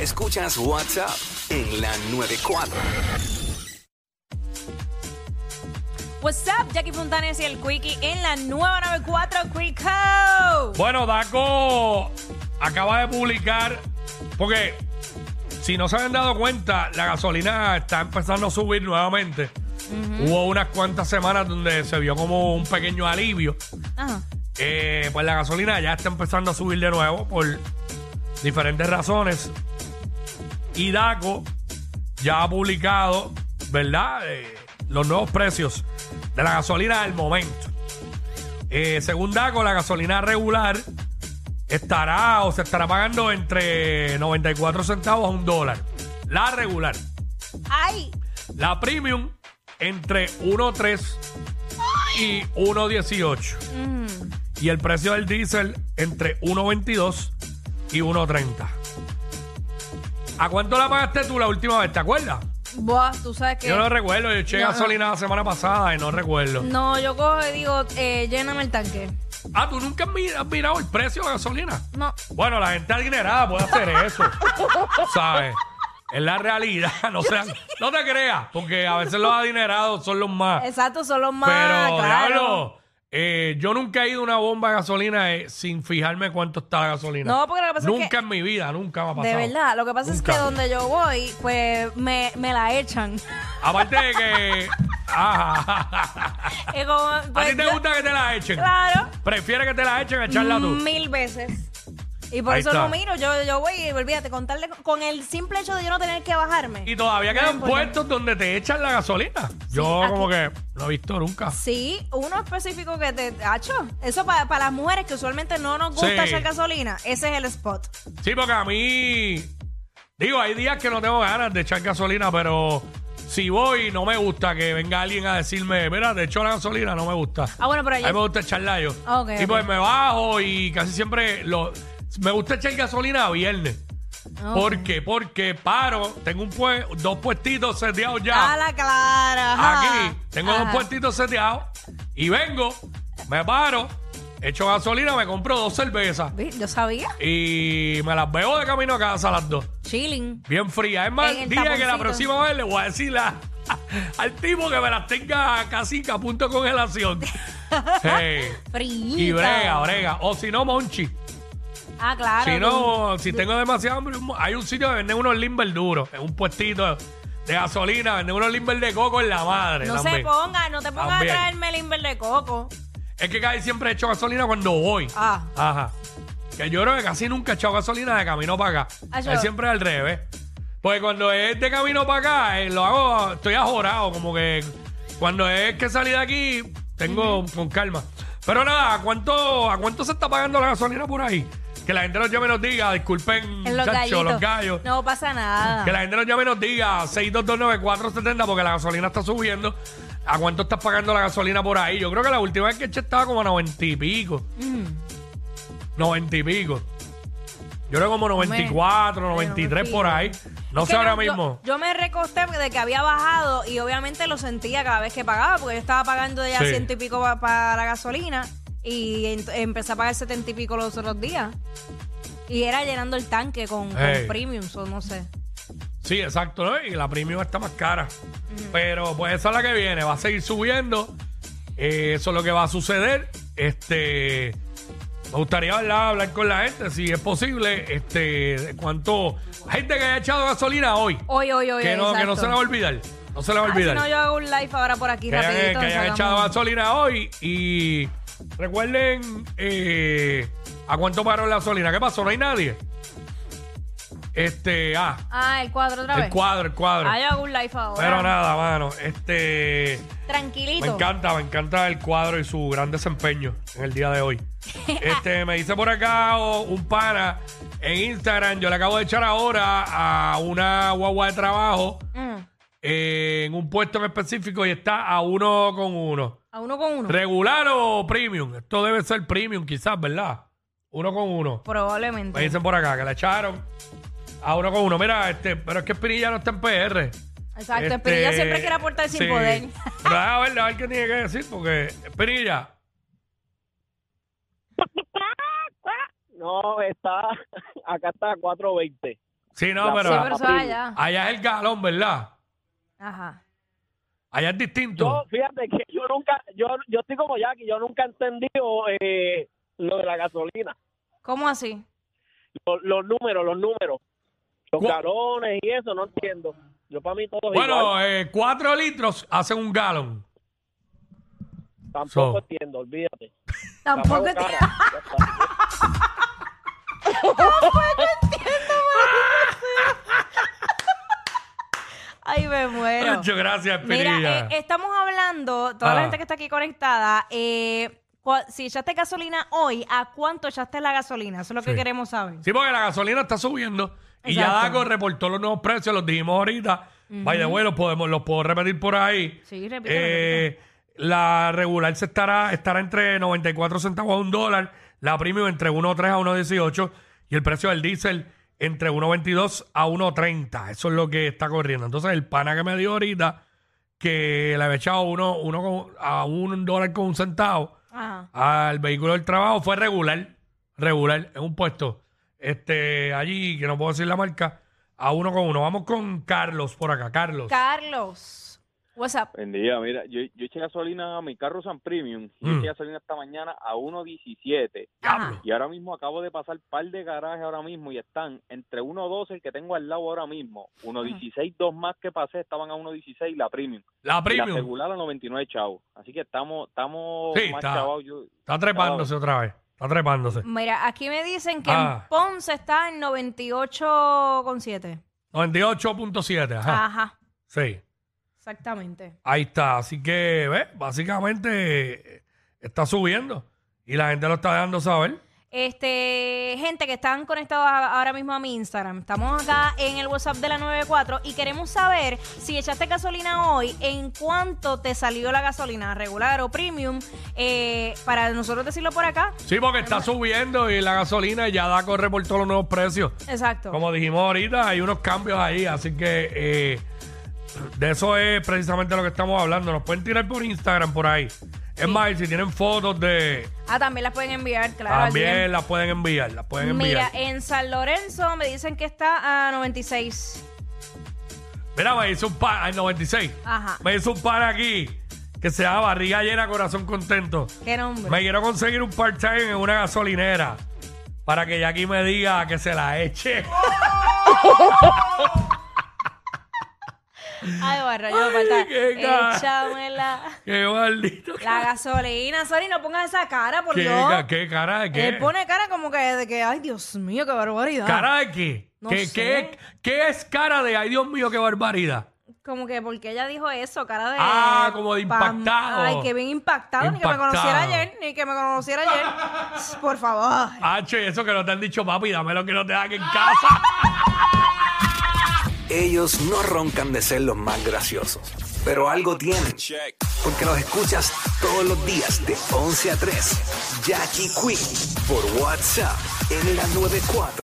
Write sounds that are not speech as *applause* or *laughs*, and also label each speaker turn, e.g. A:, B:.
A: Escuchas WhatsApp en la 94.
B: What's up, Jackie Fontanes y el Quickie en la nueva 94 Quicko.
C: Bueno, Daco acaba de publicar, porque si no se habían dado cuenta, la gasolina está empezando a subir nuevamente. Hubo unas cuantas semanas donde se vio como un pequeño alivio.
B: Ajá.
C: Eh, pues la gasolina ya está empezando a subir de nuevo por diferentes razones. Y DACO ya ha publicado, ¿verdad? Eh, los nuevos precios de la gasolina del momento. Eh, según DACO, la gasolina regular estará o se estará pagando entre 94 centavos a un dólar. La regular.
B: Ay,
C: La premium entre 1.3 y 1.18. Y el precio del diésel entre 1.22 y 1.30. ¿A cuánto la pagaste tú la última vez? ¿Te acuerdas?
B: buah, tú sabes que.
C: Yo no recuerdo. Yo eché
B: No, Mm. no.
C: gasolina la semana pasada y no recuerdo.
B: No, yo cojo y digo, eh, lléname el tanque.
C: Ah, ¿tú nunca has mi- has mirado el precio de la gasolina?
B: No.
C: Bueno, la gente adinerada puede hacer eso. ¿Sabes? Es la realidad. *laughs* No, sean- no te creas, porque a veces los adinerados son los más.
B: Exacto, son los más.
C: Pero,
B: Ah, claro.
C: diablo, eh, yo nunca he ido a una bomba de gasolina eh, sin fijarme cuánto está la gasolina.
B: No, porque lo que pasa es
C: Nunca
B: que-
C: en mi vida, nunca me ha
B: De
C: pasado.
B: verdad, lo que pasa
C: Nunca.
B: es que donde yo voy, pues me, me la echan. *laughs*
C: Aparte de que... Ajá.
B: Es como,
C: ¿A
B: pues,
C: ti te
B: yo-
C: gusta que te la echen?
B: Claro.
C: ¿Prefieres que te la echen a echarla tú?
B: Mil veces. Y por
C: Ahí
B: eso
C: está.
B: no miro, yo, yo voy y olvídate, contarle con el simple hecho de yo no tener que bajarme.
C: Y todavía
B: No me
C: quedan
B: importa.
C: puestos donde te echan la gasolina. Yo
B: aquí.
C: como que no he visto nunca.
B: Sí, uno específico que te. Hacho, eso para las mujeres que usualmente no nos gusta
C: Sí.
B: echar gasolina, ese es el spot.
C: Sí, porque a mí... Digo, hay días que no tengo ganas de echar gasolina, pero... Si voy, no me gusta que venga alguien a decirme, mira, te echo la gasolina, no me gusta.
B: Ah, bueno, pero
C: A mí me
B: yo.
C: gusta echarla yo.
B: Ah, ok,
C: y
B: ok.
C: pues me bajo y casi siempre lo, me gusta echar gasolina a viernes.
B: Ah, Oh.
C: ¿Por qué? Porque paro, tengo un pue- dos puestitos seteados
B: A
C: ya.
B: la clara. Ah, ajá.
C: Aquí tengo dos
B: Ajá.
C: puestitos seteados y vengo, me paro, echo gasolina, me compro dos cervezas
B: ¿Ves? Yo sabía.
C: y me las bebo de camino a casa las dos.
B: Chilling.
C: Bien fría. Es más,
B: En el
C: dije que la
B: taponcito.
C: próxima vez le voy a decir a- al tipo que me las tenga casi que a punto
B: *laughs*
C: de congelación. Hey.
B: Frita.
C: Y brega, brega. O si no, Monchi.
B: Ah, claro.
C: Si no, si tengo demasiado hambre, un- hay un sitio que vende unos limber duros. En un puestito de gasolina, vende unos limber de coco en la madre.
B: No se
C: también.
B: ponga, no te pongas
C: También.
B: a traerme el imber de coco.
C: Es que casi siempre he hecho gasolina cuando voy.
B: Ah.
C: Ajá. Que yo creo que casi nunca he echado gasolina de camino para acá.
B: Ah, yo-
C: Es siempre al revés. Porque cuando es de camino para acá, eh, lo hago, estoy ajorado. Como que cuando es que salí de aquí, tengo con calma. Pero nada, ¿a cuánto, ¿a cuánto se está pagando la gasolina por ahí? Que la gente nos llame y nos diga, disculpen,
B: En los
C: chacho,
B: gallitos.
C: los gallos.
B: No pasa nada.
C: Que la gente nos llame y nos diga 6229470 porque la gasolina está subiendo. ¿A cuánto estás pagando la gasolina por ahí? Yo creo que la última vez que eché estaba como a 90 y pico.
B: Mm.
C: 90 y pico. Yo creo como 94,
B: Hombre,
C: 93
B: yo me
C: por
B: pido.
C: ahí. No
B: Es
C: sé
B: que
C: ahora
B: no, yo-
C: mismo.
B: Yo, me recosté de que había bajado y obviamente lo sentía cada vez que pagaba, porque yo estaba pagando ya
C: Sí.
B: ciento y pico pa- para la gasolina y ent- empecé a pagar setenta y pico los otros días. Y era llenando el tanque con, con
C: Ey.
B: premium, so, no sé.
C: Sí, exacto. ¿no? Y la premium está más cara. Pero pues esa es la que viene. Va a seguir subiendo. Eh, eso es lo que va a suceder. Este. Me gustaría ¿verdad? hablar con la gente, si es posible, este, de cuánto gente que haya echado gasolina hoy.
B: Hoy, hoy, hoy.
C: que, no, que no se la va a olvidar. No se la va a
B: Ay, si
C: olvidar.
B: Ah, no, yo hago un live ahora por aquí
C: que hayan,
B: rapidito.
C: que hayan
B: sacamos-
C: echado gasolina hoy. Y recuerden eh, a cuánto paró la gasolina. ¿Qué pasó? No hay nadie. Este, ah,
B: Ah, el cuadro otra vez.
C: el cuadro, el cuadro.
B: Ah, yo hago un live ahora.
C: Pero nada, mano. Este.
B: Tranquilito.
C: Me encanta, me encanta el cuadro y su gran desempeño en el día de hoy. Este, me dice por acá o- un pana en Instagram, yo le acabo de echar ahora a una guagua de trabajo
B: Mm,
C: eh, en un puesto en específico y está a uno con uno.
B: a uno con uno.
C: ¿Regular o premium? Esto debe ser premium quizás, ¿verdad? Uno con uno.
B: Probablemente.
C: Me dicen por acá que la echaron a uno con uno. Mira, este, pero es que Espinilla no está en PR.
B: Exacto,
C: Este,
B: Espinilla siempre quiere aportar sin
C: sí. *laughs*
B: poder.
C: Pero a ver, a ver qué tiene que decir, porque Espinilla,
D: *laughs* No, está, acá está a 4.20.
C: Sí, no,
D: La-
C: pero,
B: Sí,
D: Ah,
B: pero eso es
D: papi.
B: allá.
C: allá es el galón, ¿verdad?
B: Ajá.
C: Allá es distinto.
D: Yo, fíjate que yo nunca, yo, yo estoy como Jackie, yo nunca he entendido eh, lo de la gasolina,
B: ¿Cómo así?
D: lo- los números, los números, los
C: Cu-
D: galones y eso, no entiendo. Yo para mí todo es igual,
C: bueno, eh, cuatro litros hacen un galón. so-
D: tampoco entiendo, olvídate. La
B: Tampoco
D: pago
B: te-
D: cara, ya está.
B: *laughs* Ay, me muero.
C: Muchas *laughs* gracias, Pirilla.
B: Mira, eh, estamos hablando, toda
C: Ah.
B: la gente que está aquí conectada, eh, cua- si echaste gasolina hoy, ¿a cuánto echaste la gasolina? Eso es lo que
C: Sí.
B: queremos saber.
C: Sí, porque la gasolina está subiendo. Y ya
B: Exacto.
C: Daco reportó los nuevos precios, los dijimos ahorita. Vaya, bueno, podemos, los puedo repetir por ahí.
B: Sí, repite,
C: Eh, La regular se estará, estará entre 94 centavos a un dólar, la premium entre 1.3 a 1.18 y el precio del diésel entre 1.22 a 1.30. Eso es lo que está corriendo. Entonces, el pana que me dio ahorita, que le había echado uno, uno con- a un dólar con un centavo,
B: Ajá.
C: al vehículo del trabajo fue regular, regular, en un puesto, este, allí, que no puedo decir la marca, a uno con uno. Vamos con Carlos por acá, Carlos.
B: Carlos, what's up?
E: Buen día, mira, yo, yo eché gasolina a mi carro San Premium, yo
C: Mm.
E: eché gasolina esta mañana a 1.17
C: Diablo.
E: y ahora mismo acabo de pasar par de garajes ahora mismo y están entre 1.12 el que tengo al lado ahora mismo, 1.16 dos más que pasé estaban a 1.16 la Premium,
C: La
E: y la
C: premium.
E: regular a 99 chavos, así que estamos estamos
C: Sí,
E: más
C: está.
E: chavos, yo,
C: Está trepándose otra vez. Está trepándose.
B: Mira, aquí me dicen que
C: Ah.
B: en Ponce está en 98,7.
C: 98.7, ajá.
B: Ajá,
C: Sí.
B: exactamente.
C: Ahí está. Así que, ¿ves? Básicamente eh, está subiendo. Y la gente lo está dejando saber.
B: Este, gente que están conectados a- ahora mismo a mi Instagram, estamos acá en el WhatsApp de la 94 y queremos saber si echaste gasolina hoy, en cuánto te salió la gasolina, regular o premium, eh, para nosotros decirlo por acá.
C: Sí, porque está subiendo y la gasolina y ya da corre por todos los nuevos precios.
B: Exacto.
C: Como dijimos ahorita, hay unos cambios ahí, así que eh, de eso es precisamente lo que estamos hablando. Nos pueden tirar por Instagram, por ahí. Es más, y si tienen fotos de...
B: Ah, también las pueden enviar, claro. al DM.
C: también las pueden enviar, las pueden
B: Mira,
C: enviar.
B: en San Lorenzo me dicen que está a 96.
C: Mira, me hizo un par, al 96.
B: eh, Ajá.
C: Me hizo un par aquí que se llama Barriga Llena, Corazón Contento.
B: ¿Qué nombre?
C: Me quiero conseguir un part-time en una gasolinera para que Jackie me diga que se la eche. *laughs*
B: Ay, barra, yo falta.
C: qué ca-
B: Échamela.
C: ¡Qué maldito!
B: La gasolina, Sony, no pongas esa cara, por
C: ¿Qué,
B: Dios.
C: ca- qué cara de qué?
B: Él pone cara como que, de que, ay, Dios mío, qué barbaridad.
C: ¿Cara de qué?
B: Ah, No
C: ¿Qué,
B: sé.
C: qué- qué es cara de, ay Dios mío, qué barbaridad?
B: Como que porque ella dijo eso, cara de.
C: Ah, como de
B: Pam-
C: impactado.
B: Ay, que bien impactado, ni que me
C: Impactado.
B: conociera ayer, ni que me conociera
C: *laughs*
B: ayer. por favor.
C: Hacho, y eso que no te han dicho, papi, dame lo que no te dan
B: Ah,
C: en casa.
A: Ellos no roncan de ser los más graciosos, pero algo tienen. Porque los escuchas todos los días de 11 a 3. Jackie Quinn por WhatsApp en la 94.